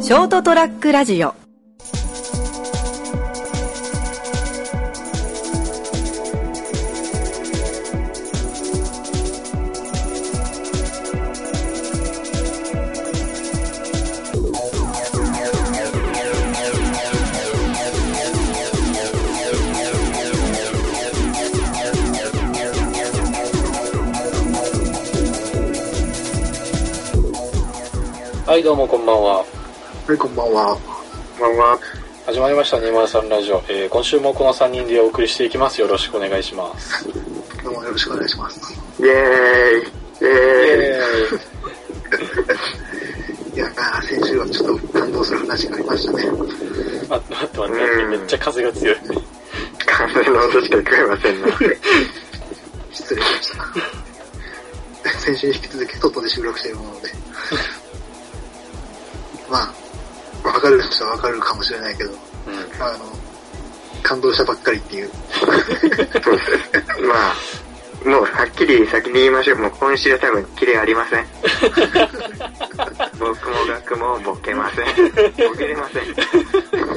ショートトラックラジオはい、どうもこんばんは。はい、こんばんは。こんばんは。始まりました、203ラジオ。えー今週もこの3人でお送りしていきます。よろしくお願いし ます。どうもよろしくお願いします。イェーイ。イェーイ。いやー、先週はちょっと感動する話がありましたね。待って待って待って、めっちゃ風が強い。 完全の音しか聞こえませんね。失礼しました。先週に引き続き外で収録しているもので。まあ、わかる人はわかるかもしれないけど、あの、感動したばっかりっていう。そうです。まあ、もうはっきり先に言いましょう。もう今週は多分キレありませ ん。僕も学もボケませ ん。ボケれません。まあ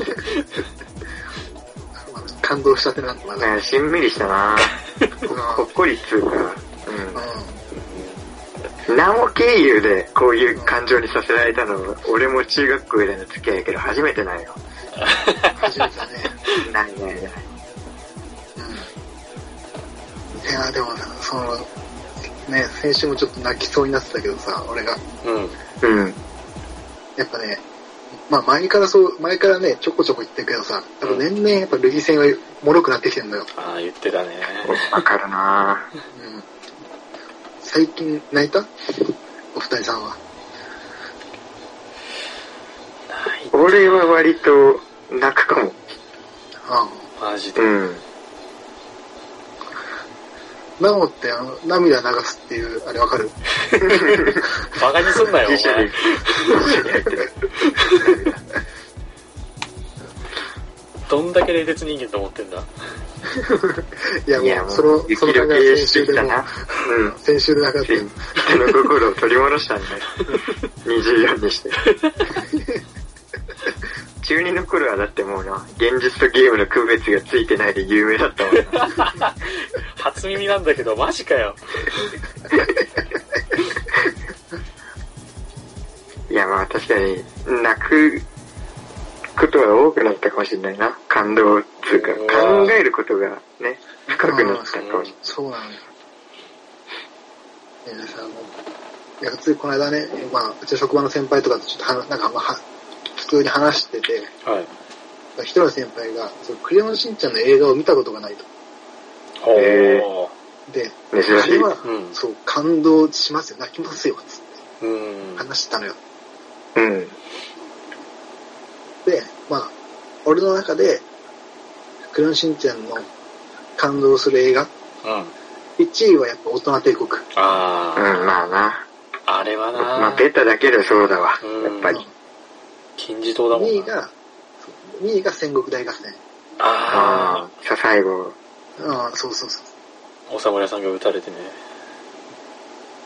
感動したてなんだな。 ねしんみりしたなうんほっこりっつうか。ううん。何を経由でこういう感情にさせられたの、俺も中学校以来の付き合いやけど初めてないよ。ん、初めてだね。ないなういない。ん。いやー、でもさ、その、ね、先週もちょっと泣きそうになってたけどさ、俺が。うん。うん。うん。やっぱね、まあ前からそう、前からね、ちょこちょこ言ってるけどさ、やっぱ年々やっぱ類似線は脆くなってきてんだよ。ああ、言ってたね。わかるなうん。最近泣いたお二人さんは。俺は割と泣くかも。あマジで。うん。あ。なおってあの、涙流すっていう、あれわかるバカにすんなよ、お自社前で、。自社でやってる。どんだけ冷徹人間と思ってんだ。いやいもや、もう、う、その、雪その解考けえし先週てきでたもうな。うん。先週でなかったよ人の心を取り戻したんだよ。24にして。中2の頃はだってもうな、現実とゲームの区別がついてないで有名だったもんな。初耳なんだけど、マジかよ。いや、まあ確かに、泣くことは多くなったかもしれないな。感動っていうか、うわ考えることがね、深くなったかもしれない。そうなんだ。いやさ、もう、いや、ついこの間ね、まあ、うちの職場の先輩とかとちょっとは、なんか、まあ、は普通に話してて、はい。一人の先輩が、そのクレヨンしんちゃんの映画を見たことがないと。ほう。えで、珍しあれい。は、うんそう、感動しますよ、泣きますよ、つってうん。話したのよ。うん。で、まあ、俺の中で、クレヨンしんちゃんの感動する映画、うん。 1位はやっぱ大人帝国。うん、あまあな。あ、あれはな。まあ、ベタだけどそうだわ。やっぱり。金字塔だも2位んな。が、そう2位が戦国大合戦。あああ、さあ最後。うん、そうそうそう。あ、お侍さんが撃たれてね。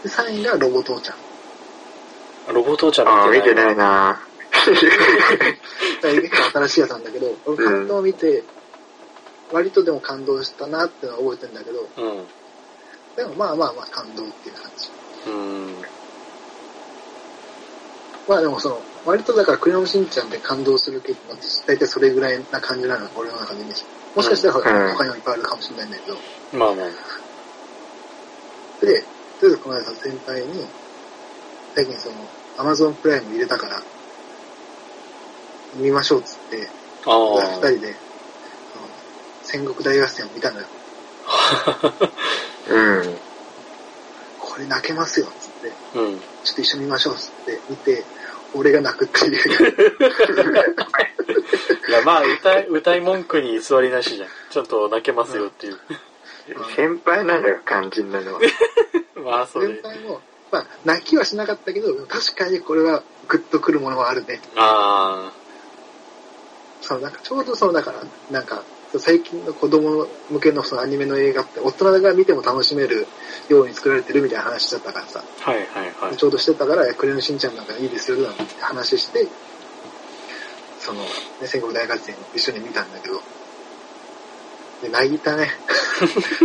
で、3位がロボ父 ちゃん。ロボ父ちゃんああ、見ていないな。だから結構新しいやつなんだけど、俺感動を見て、割とでも感動したなってのは覚えてるんだけど、うん。でもまあまあまあ感動っていう感じ。うん。まあでもその、割とだからクレヨンしんちゃんって感動するけど、大体それぐらいな感じなのが俺の中でイメージ。もしかしたうらん他にもいっぱいあるかもしれないんだけど。まあまあ。で、とりあえずこの間その先輩に、最近その、アマゾンプライム入れたから、見ましょうっつって、二あ人で、あの戦国大合戦を見たのよ。あ。うん。これ泣けますよっつって、うん。ちょっと一緒に見ましょうっつって見て、俺が泣くっていう。いや、まあ、歌い、歌い文句に偽りなしじゃん。ちょっと泣けますよっていう。先輩なのよ、肝心なのは。まあ、そ先れ。輩も、まあ、泣きはしなかったけど、確かにこれはグッとくるものはあるね。あそのなんかちょうどそのだから、なんか、最近の子供向けのそのアニメの映画って大人が見ても楽しめるように作られてるみたいな話しちゃったからさ、あ。はいはいはい。ちょうどしてたから、クレヨンしんちゃんなんかいいですよなんて話して、その、ね、戦国大合戦を一緒に見たんだけど、で、泣いた ね、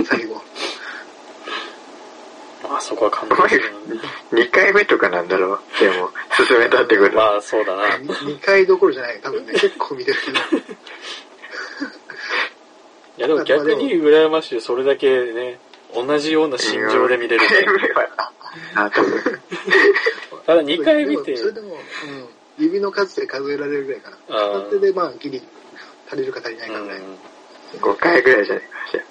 最後。まあそこは感動するよね2回目とかなんだろう。でも、進めたってこと。まあそうだな。 2回どころじゃない、多分ね、結構見てるけど。いやでも逆に羨ましい。それだけね、同じような心情で見れる2か回目は、あ、多分。ら。ただ2回見てでも、それでも、うん、指の数で数えられるぐらいかな。あー片手で、まあ、ギリ、足りるか足りないかぐらい。うん。う5回ぐらいじゃないかしら。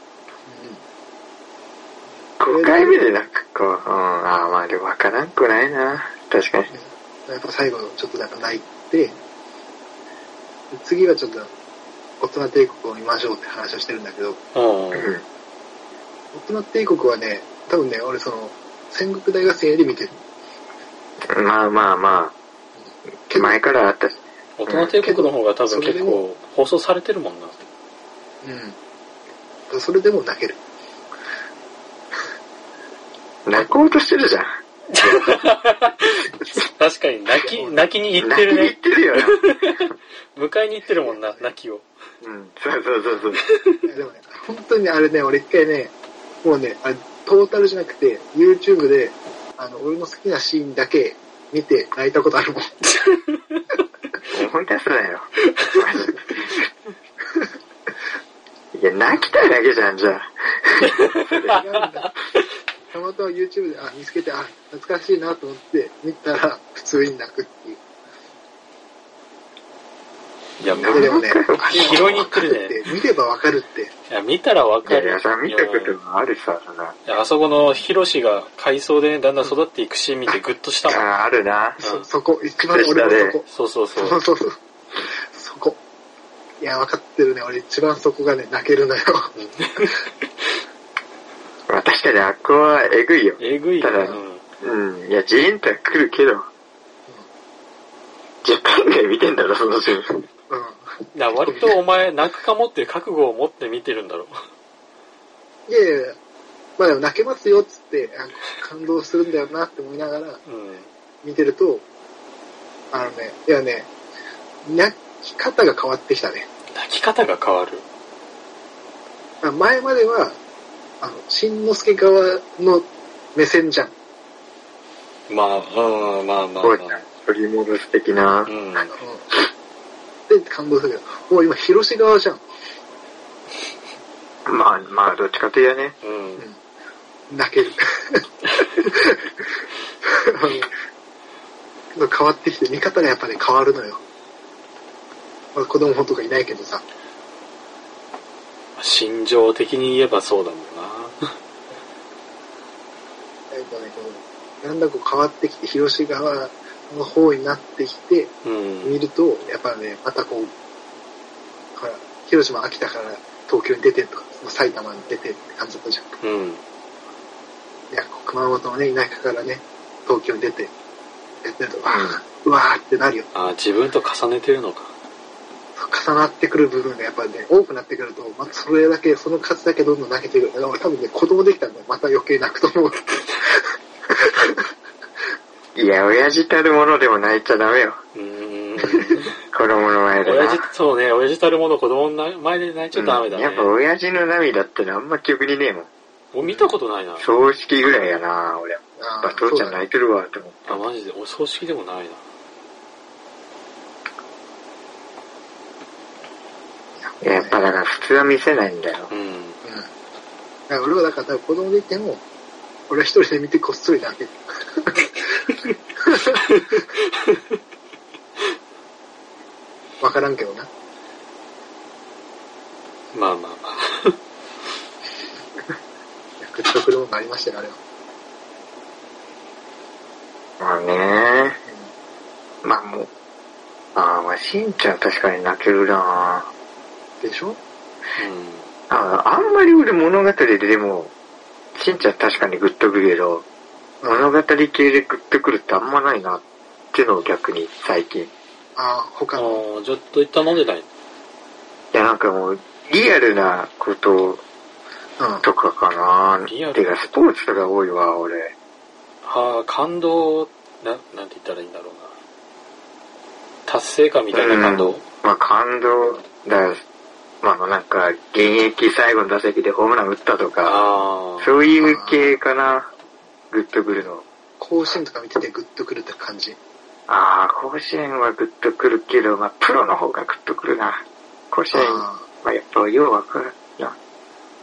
5回目でなんかこう、うん、ああ、まあでもわからんくないな。確かに。やっぱ最後、ちょっとなんか泣いて、で次はちょっと、大人帝国を見ましょうって話をしてるんだけど、ん。うん。うん。大人帝国はね、多分ね、俺その、戦国大合戦より見てる。まあまあまあ、前からあったし、大人帝国の方が多分結構放送されてるもんな。うん。それでも泣ける。 泣こうとしてるじゃん。確かに泣き、泣きに行ってる泣ね。きに行 ってるよな。迎えに行ってるもんな、泣きを。うん、そうそうそうそう。いやでもね、本当にねあれね、俺一回ね、もうね、あれトータルじゃなくて、YouTube で、あの、俺の好きなシーンだけ見て泣いたことあ るもん。思い出すなよ。マジで。いや、泣きたいだけじゃん、じゃあ。違うんだたまたま YouTube で、あ、見つけて、あ、懐かしいなと思って見たら、普通に泣くっていう。 いや、もでもね、拾いに行ってるね見ればわかって見ればわかるって。ういや見たらわいかや、る。いやさ、見たこうんともあるさ、そんいな。やあそこのヒロシが海藻でね、だんだん育っていくシーン見てグッとしたあもん。あ、あるな。そ、そこ、一番俺もそこ。そうそうそそう う。そうそう。そこ。いや、わかってるね。俺一番そこがね、泣けるのよ。まあ、確かにあっこはえぐいよ。えぐいよただうんうん。いや、ジーンとは来るけど。10回ぐらい見てんだろ、そのシーン。うん。いや、割とお前泣くかもっていう覚悟を持って見てるんだろう。いやいやいやまあでも泣けますよっつって、あ感動するんだよなって思いながらうん。見てると、あのね、いやね、泣き方が変わってきたね。泣き方が変わる。あ前までは、あの、しんのすけ側の目線じゃん。まあ、うん、まあまあまこうちゃん、取り戻す的なあ。う。ん。うん。で、感動するけど、もう今、広志側じゃん。まあ、まあ、どっちかというとね。うん。泣ける。 あの変わってきて、見方がやっぱり変わるのよ。まあ、子供とかいないけどさ。心情的に言えばそうだもんやっぱね、こう、だんだんこう変わってきて、広志側の方になってきて、な。うん。見ると、やっぱね、またこう、ほら、広島、秋田から東京に出てとか、埼玉に出てって感じだったじゃん。うん。いや、こう熊本のね、田舎からね、東京に出て、やってると、わあ、うわーってなるよ。あ自分と重ねてるのか。重なってくる部分がやっぱね、多くなってくると、またそれだけ、その数だけどんどん泣けてくる。だから俺多分ね、子供できたんだよ。また余計泣くと思う。いや、親父たるものでも泣いちゃダメよ。う ーん。子供の前でな。親父、そうね、親父たるもの子供の前で泣いちゃダメだねやっ。ぱ親父の涙ってのあんま記憶にねえもん。俺見たことないな。葬式ぐらいやな俺。やっあぱ父ちゃん泣いてるわ、って思あ、マジで。お葬式でもないな。う。いややっぱだから普通は見せないんだよ。うん。うん。だから俺はだから多分子供でいても、俺は一人で見てこっそり泣ける。 わからんけどな。まあまあまあ。グッとくるものがありましたよ、あれは。まあねうまあもう。ああ、まあしんちゃん確かに泣けるなん、ぁでしょああんまり俺物語ででも、しんちゃん確かにグッとくるけど、物語系でグッとくるってあんまないなっていうのを逆に最近。いああ、他の。うん。ああ、ちょっと一旦飲んでない。やなんかもう、リアルなことをうん。とかかなリアルてか、スポーツとか多いわ、俺。はあ、感動、な、なんて言ったらいいんだろうな。達成感みたいな感動。まあ感動、だ、まああのなんか、現役最後の打席でホームラン打ったとか、ああ。そういう系かな。グッとくるの。甲子園とか見ててグッとくるって感じ。ああ、甲子園はグッとくるけど、まあプロの方がグッとくるな。甲子園、あまあやっぱようわかるな。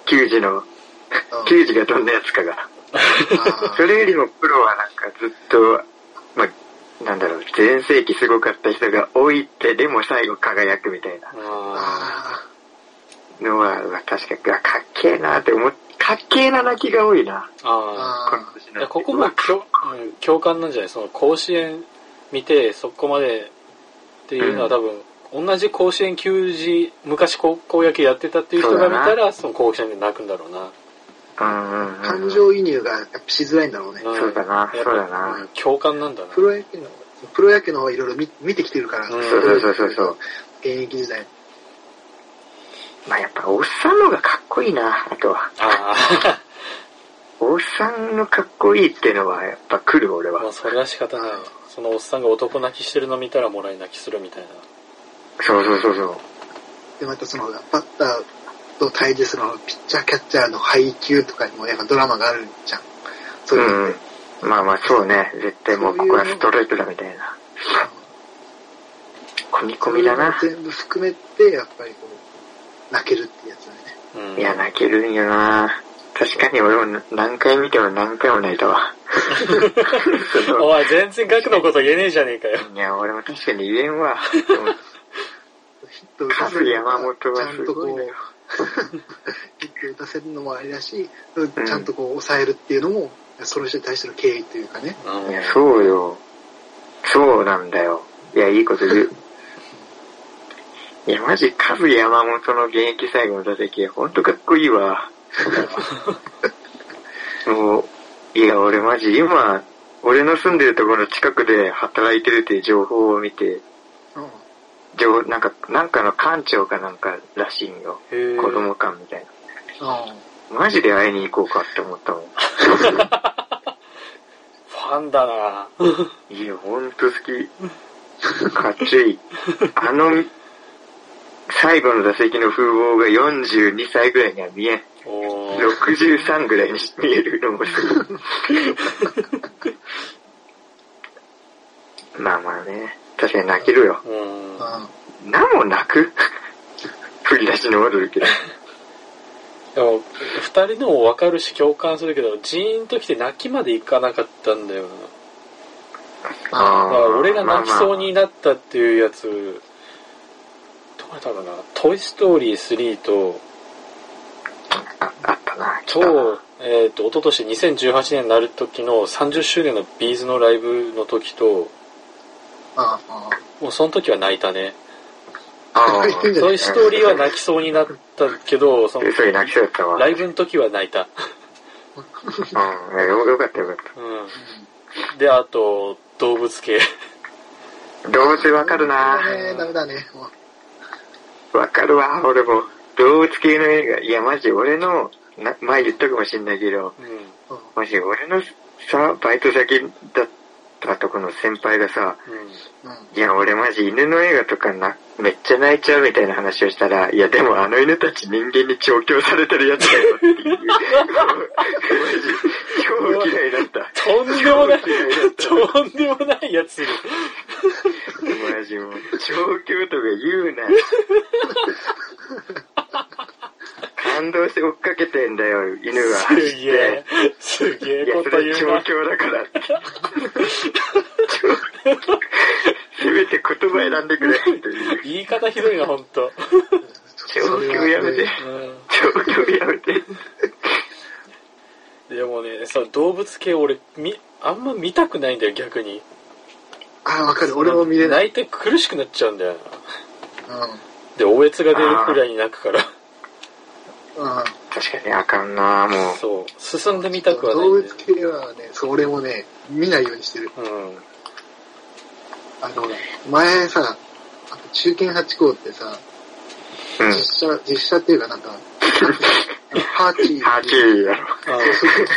球児の、あうん球児がどんなやつかが。あそれよりもプロはなんかずっと、まあ、なんだろう、全盛期すごかった人が多いって、でも最後輝くみたいなああのは、うわ確かに、うわかっけえなって思っかっけえな泣きが多いな。ーあこのあ年ー。いになってやここうもわきょ、うん共感なんじゃないその甲子園見て、そこまでっていうのは多分、同じ甲子園球児、昔高校野球やってたっていう人が見たそうだら、その甲子園で泣くんだろうな。うんうんうん。感情移入がやっぱしづらいんだろうね。んそうだなやっぱそうだなうん共感なんだな。プロ野球の、プロ野球の方はいろいろ見見てきてるから、うんそうそうそうそうそう。現役時代。まあやっぱおっさんの方がかっこいいな、あとは。あおっさんのかっこいいってのはやっぱ来る、俺 あ。まはあ、。それは仕方ない。そのおっさんが男泣きしてるの見たらもらい泣きするみたいな。そうそうそうそう。で、またその、バッターと対峙するの、ピッチャー、キャッチャーの配球とかにも、やっぱドラマがあるじゃん。そういうのって。うん。まあまあそうね。絶対もうここはストレートだみたいな。込み込みだな。そういうの全部含めて、やっぱりこう、泣けるってやつだね。うん。いや、泣けるんよな確かに俺も何回見ても何回も泣いた わ。そおの前全然額のこと言えねえじゃねえかよ。いや、俺も確かに言えんわ。でもヒット打カたせズる山本ちはゃすんとこごういのよ。、ヒット打たせるのもあれだし、んちゃんとこう、抑えるっていうのも、その人に対しての敬意というかね。いや、そうよ。そうなんだよ。いや、いいこと言う。いや、マジ、カズ山本の現役最後の打席、ほんとかっこいい わ。もう、いや、俺マジ、今、俺の住んでるところの近くで働いてるっていう情報を見て、うん。情なんか、なんかの館長かなんからしいんよ。へー子供館みたいうんな。マジで会いに行こうかって思ったもん。ファンだないや、ほんと好き。かっちょいい。あの、最後の打席の風貌が42歳ぐらいには見えん。おー63ぐらいに見えるのもすごい。まあまあね。確かに泣けるよ。うん。やうなも泣く振り出しに戻るけど。も二人のも分かるし共感するけど、ジーンときて泣きまでいかなかったんだよな。だから俺が泣きそうになったっていうやつ、どれだろうな。トイストーリー3と、まあまあああったな。来たなと、えっ、と、一昨年2018年になる時の30周年のビーズのライブの時と、あもうその時は泣いたね。ああ。そうトイストーリーは泣きそうになったけど、その、それ泣きそうだったわ。ライブの時は泣いた。うん。いやよかったよかっうあ。ん。で、あと、動物系。た。どうせわかるな。ねダメだね。もうわかるわ、俺も。動物系の映画。いや、マジ、俺の、な前言ったかもしんないけど、うん。うんマジ、俺のさ、バイト先だったとこの先輩がさ、うん。うんいや、俺マジ犬の映画とかな、めっちゃ泣いちゃうみたいな話をしたら、いや、でもあの犬たち人間に調教されてるやつだよっていう。 マジ、超嫌いだった。とんでも ない、とんでもないやついる。マジもう、調教とか言うな。感動して追っかけてんだよ、犬が走って。すげえ、すげえいや、こそとれ言う調な。教だからって。せめて言葉選んでくれっていう。言い方ひどいな、ほんと。調教やめて。う調教やめて。ん。でもね、そう、動物系俺、み、あんま見たくないんだよ、逆に。ああ、わかる。俺も見れない。泣いて苦しくなっちゃうんだよな。うで、おえつが出るくらいに泣くから。ん。うん。確かにあかんなもう。そう、進んでみたくはない動んだ物よ。系はね、そう、俺もね、見ないようにしてる。うん。あの、前さ、あの中堅八号ってさ、うん。実写、実写っていうかなんか、ハーチー。はっきりやろ。あのそうそうそ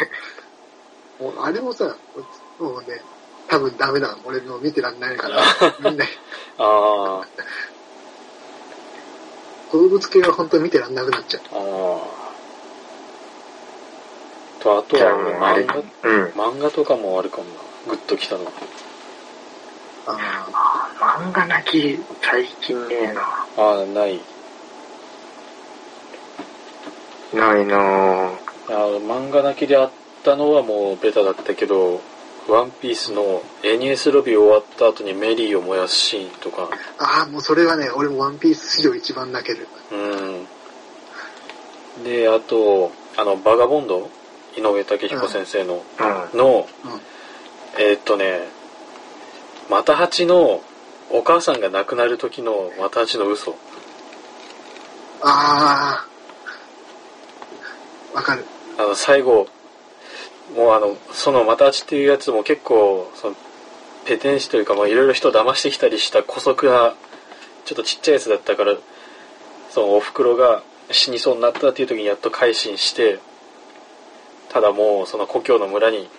うもうあれもさ、もうね、多分ダメだ。俺の見てらんないから、みんな、あ動物系は本当に見てらんなくなっちゃう。ああ。と、あとはもうあれ漫画、うん。漫画とかもあるかもな。グッときたの。あ漫画なき、最近ねえな。ああ、ない。ないなぁ。あー漫画泣きであったのはもうベタだったけど、ワンピースの NS ロビー終わった後にメリーを燃やすシーンとか、ーあー、もうそれはね、俺もワンピース史上一番泣ける。うん。で、あと、あの、バガボンド、井上武彦先生の、うん。の、うんえーっとね、また八の、お母さんが亡くなる時のまた八の嘘。ああ、わかる。あの、最後、もうあの、そのまた八っていうやつも結構、その、ペテン師というか、まあいろいろ人を騙してきたりした古速な、ちょっとちっちゃいやつだったから、そのお袋が死にそうになったっていう時にやっと改心して、ただもうその故郷の村に、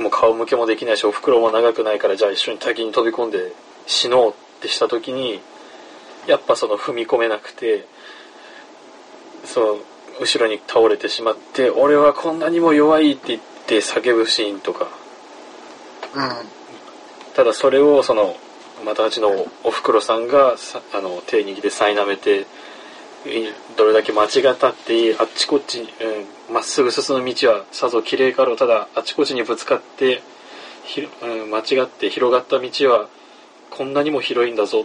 もう顔向けもできないし、お袋も長くないから、じゃあ一緒に滝に飛び込んで死のうってした時に、やっぱその踏み込めなくて、そう、後ろに倒れてしまって、俺はこんなにも弱いって言って叫ぶシーンとか、うただそれをその、またうちのおお袋さんがさあの手握りで苛めて、いどれだけ間違ったっていい、あっちこっちに、うんまっすぐ進む道はさぞ綺麗かろう、ただあっちこっちにぶつかって、ひろうん、間違って広がった道はこんなにも広いんだぞっ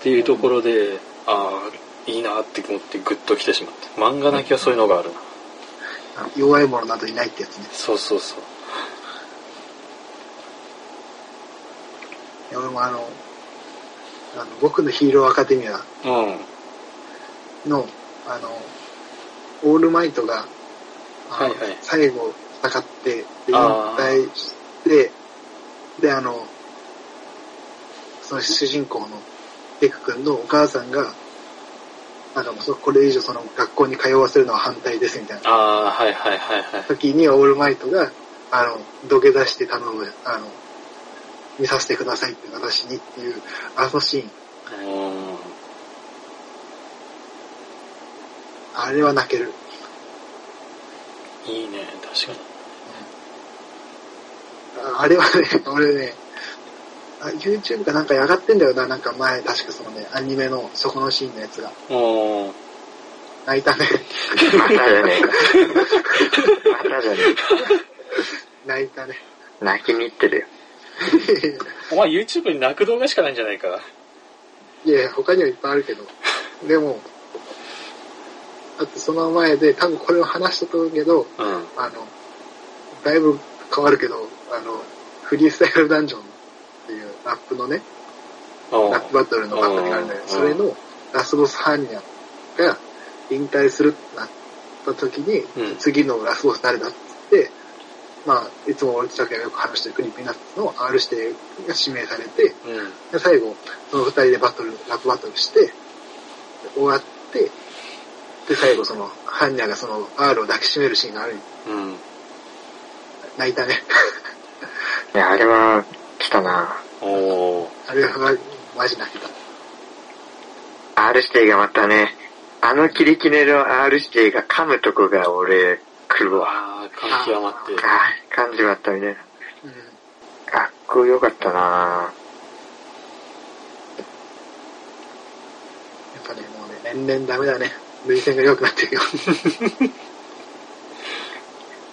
て。っていうところで、ああ、いいなって思ってグッと来てしまって。漫画だけはそういうのがあるな。ん。弱い者などいないってやつね。そうそうそう。いや俺もあの、あの僕のヒーローアカデミアうん。の、あの、オールマイトが、あのはいはい最後戦って、で引あー退して、で、あの、その主人公のテク君のお母さんが、なんかもうそこれ以上その学校に通わせるのは反対ですみたいなああ、はいはいはいはい。時にオールマイトが、あの、土下座して頼む、あの、見させてくださいって私にっていう、あのシーン、うん。あれは泣ける。いいね、確かに。ああれはね、俺ね、あ YouTube かなんかに上がってんだよな、なんか前、確かそのね、アニメのそこのシーンのやつが。うん。泣いたね。 まただね。まただね。泣いたね。 泣きに行ってるよ。お前 YouTube に泣く動画しかないんじゃないかな。いやいや、他にはいっぱいあるけど。でも、あとその前で、多分これを話したと思うけど、うん。あの、だいぶ変わるけど、あの、フリースタイルダンジョンっていうラップのね、ラップバトルの番組があるんだよう。んそれのラスボスハンニャが引退するってなった時に、うん次のラスボス誰だって言って、まあ、いつも俺たちがよく話してるクリーピーナッツの R 指定が指名されて、うん。で最後、その二人でバトル、ラップバトルして、終わって、で、最後その、ハンニャがその R を抱きしめるシーンがある。うん。泣いたね。 いや、あれは、来たなおお。あれは、マジ泣けた。 R 指定がまたね、あのキリキネの R 指定が噛むとこが俺、来るわ。ああ、感極まって。あー感じまったみたいな。うん。かっこよかったなやっぱね、もうね、年々ダメだね。涙腺が弱くなってるよ。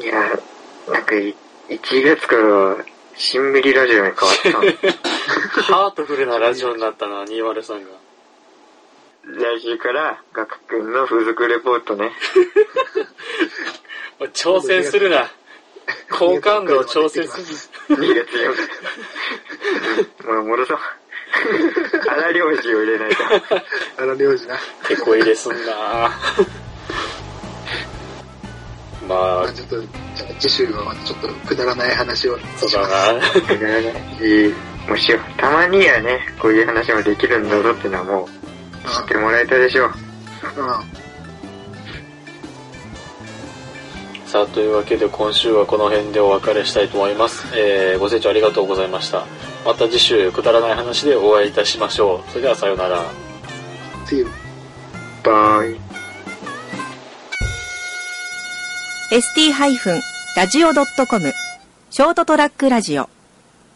いや、なんかい、1月から、しんみりラジオに変わったの。ハートフルなラジオになったな、203が。来週から、ガク君の風俗レポートね。おい挑戦するな。好感度を挑戦する。 2月4日。もう戻そう。荒漁師を入れないと。あの領事な。手こ入れすんな。 ままああ、ちょっと、じゃあ次週はまたちょっとくだらない話をします。そうだな。くだらないし、もうしよう。たまにはね、こういう話もできるんだぞってのはもう、知ってもらえたでしょう。うさあ、というわけで今週はこの辺でお別れしたいと思います。えーご清聴ありがとうございました。また次週、くだらない話でお会いいたしましょう。それではさようなら。ん。 See you. バイ。 ST-radio.com ショートトラックラジオ